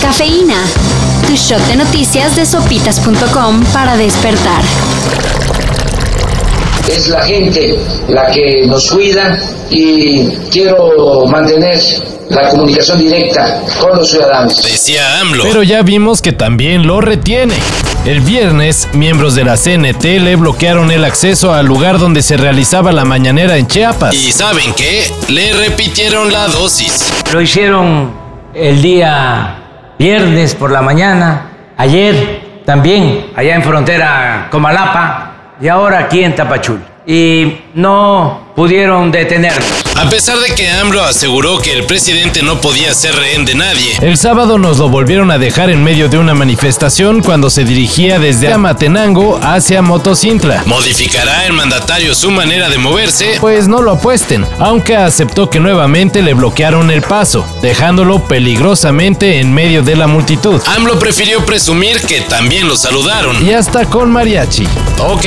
Cafeína. Tu shot de noticias de sopitas.com para despertar. Es la gente la que nos cuida y quiero mantener la comunicación directa con los ciudadanos. Decía AMLO. Pero ya vimos que también lo retiene. El viernes, miembros de la CNT le bloquearon el acceso al lugar donde se realizaba la mañanera en Chiapas. ¿Y saben qué? Le repitieron la dosis. Lo hicieron el día viernes por la mañana, ayer también, allá en frontera Comalapa y ahora aquí en Tapachul. Y no pudieron detenernos. A pesar de que AMLO aseguró que el presidente no podía ser rehén de nadie, El sábado nos lo volvieron a dejar en medio de una manifestación cuando se dirigía desde Amatenango hacia Motocintla. ¿modificará el mandatario su manera de moverse? Pues no lo apuesten, aunque aceptó que nuevamente le bloquearon el paso, dejándolo peligrosamente en medio de la multitud. AMLO prefirió presumir que también lo saludaron. Y hasta con mariachi. Ok,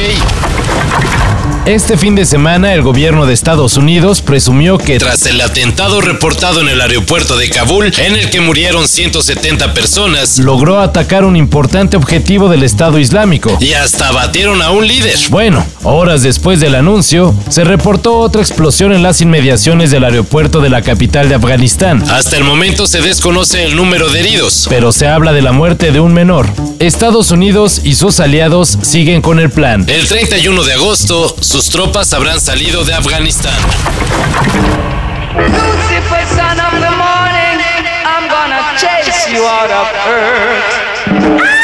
Este fin de semana el gobierno de Estados Unidos presumió que tras el atentado reportado en el aeropuerto de Kabul, en el que murieron 170 personas logró atacar un importante objetivo del Estado Islámico. y hasta batieron a un líder. Bueno, horas después del anuncio, se reportó otra explosión en las inmediaciones del aeropuerto de la capital de Afganistán, Hasta el momento se desconoce el número de heridos. pero se habla de la muerte de un menor. Estados Unidos y sus aliados siguen con el plan. El 31 de agosto, sus tropas habrán salido de Afganistán. Lucifer, son of the morning, I'm gonna chase you out of earth.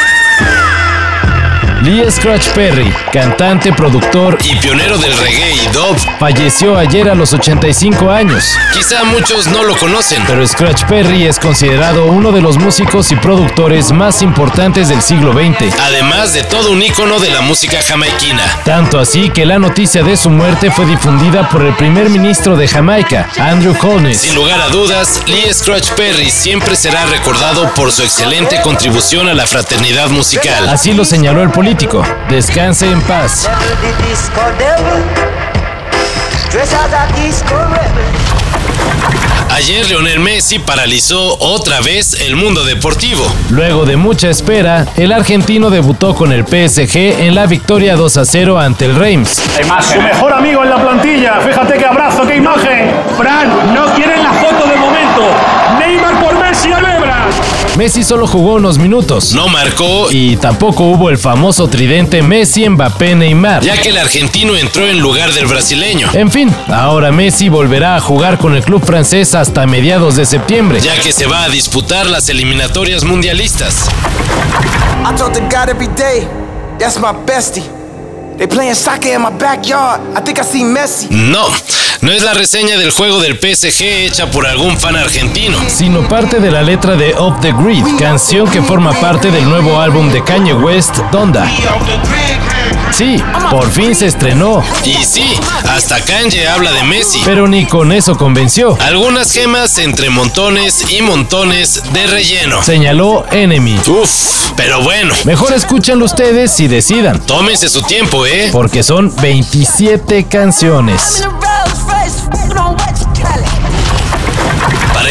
Lee Scratch Perry, cantante, productor, Y pionero del reggae y dub, falleció ayer a los 85 años. quizá muchos no lo conocen. Pero Scratch Perry es considerado uno de los músicos y productores más importantes del siglo XX. Además de todo un ícono de la música jamaiquina. Tanto así que la noticia de su muerte fue difundida por el primer ministro de Jamaica, Andrew Sin Holness. lugar a dudas, Lee Scratch Perry siempre será recordado por su excelente contribución a la fraternidad musical. Así lo señaló el político. Descanse en paz. Devil the disco devil, dress as a disco rebel. Ayer Lionel Messi paralizó otra vez el mundo deportivo. Luego de mucha espera, el argentino debutó con el PSG en la victoria 2 a 0 ante el Reims. Su mejor amigo en la plantilla. Fíjate qué abrazo, qué imagen. Fran, no quieren la foto de momento. Neymar por Messi Alebra. Messi solo jugó unos minutos. No marcó Y tampoco hubo el famoso tridente Messi, Mbappé, Neymar. ya que el argentino entró en lugar del brasileño, En fin, ahora Messi volverá a jugar con el club francés hasta mediados de septiembre. ya que se va a disputar las eliminatorias mundialistas. I talk to God every day. That's my bestie. They playing soccer in my backyard. I think I see Messi. No, no es la reseña del juego del PSG hecha por algún fan argentino. Sino parte de la letra de Off the Grid, canción que forma parte del nuevo álbum de Kanye West, Donda. Sí, por fin se estrenó, Y sí, hasta Kanye habla de Messi. pero ni con eso convenció. Algunas gemas entre montones y montones de relleno. Señaló Enemy. Uf, pero bueno, Mejor escúchenlo ustedes y decidan, tómense su tiempo, ¿eh? porque son 27 canciones. In a Rolls Royce, fucking on what you call it. Para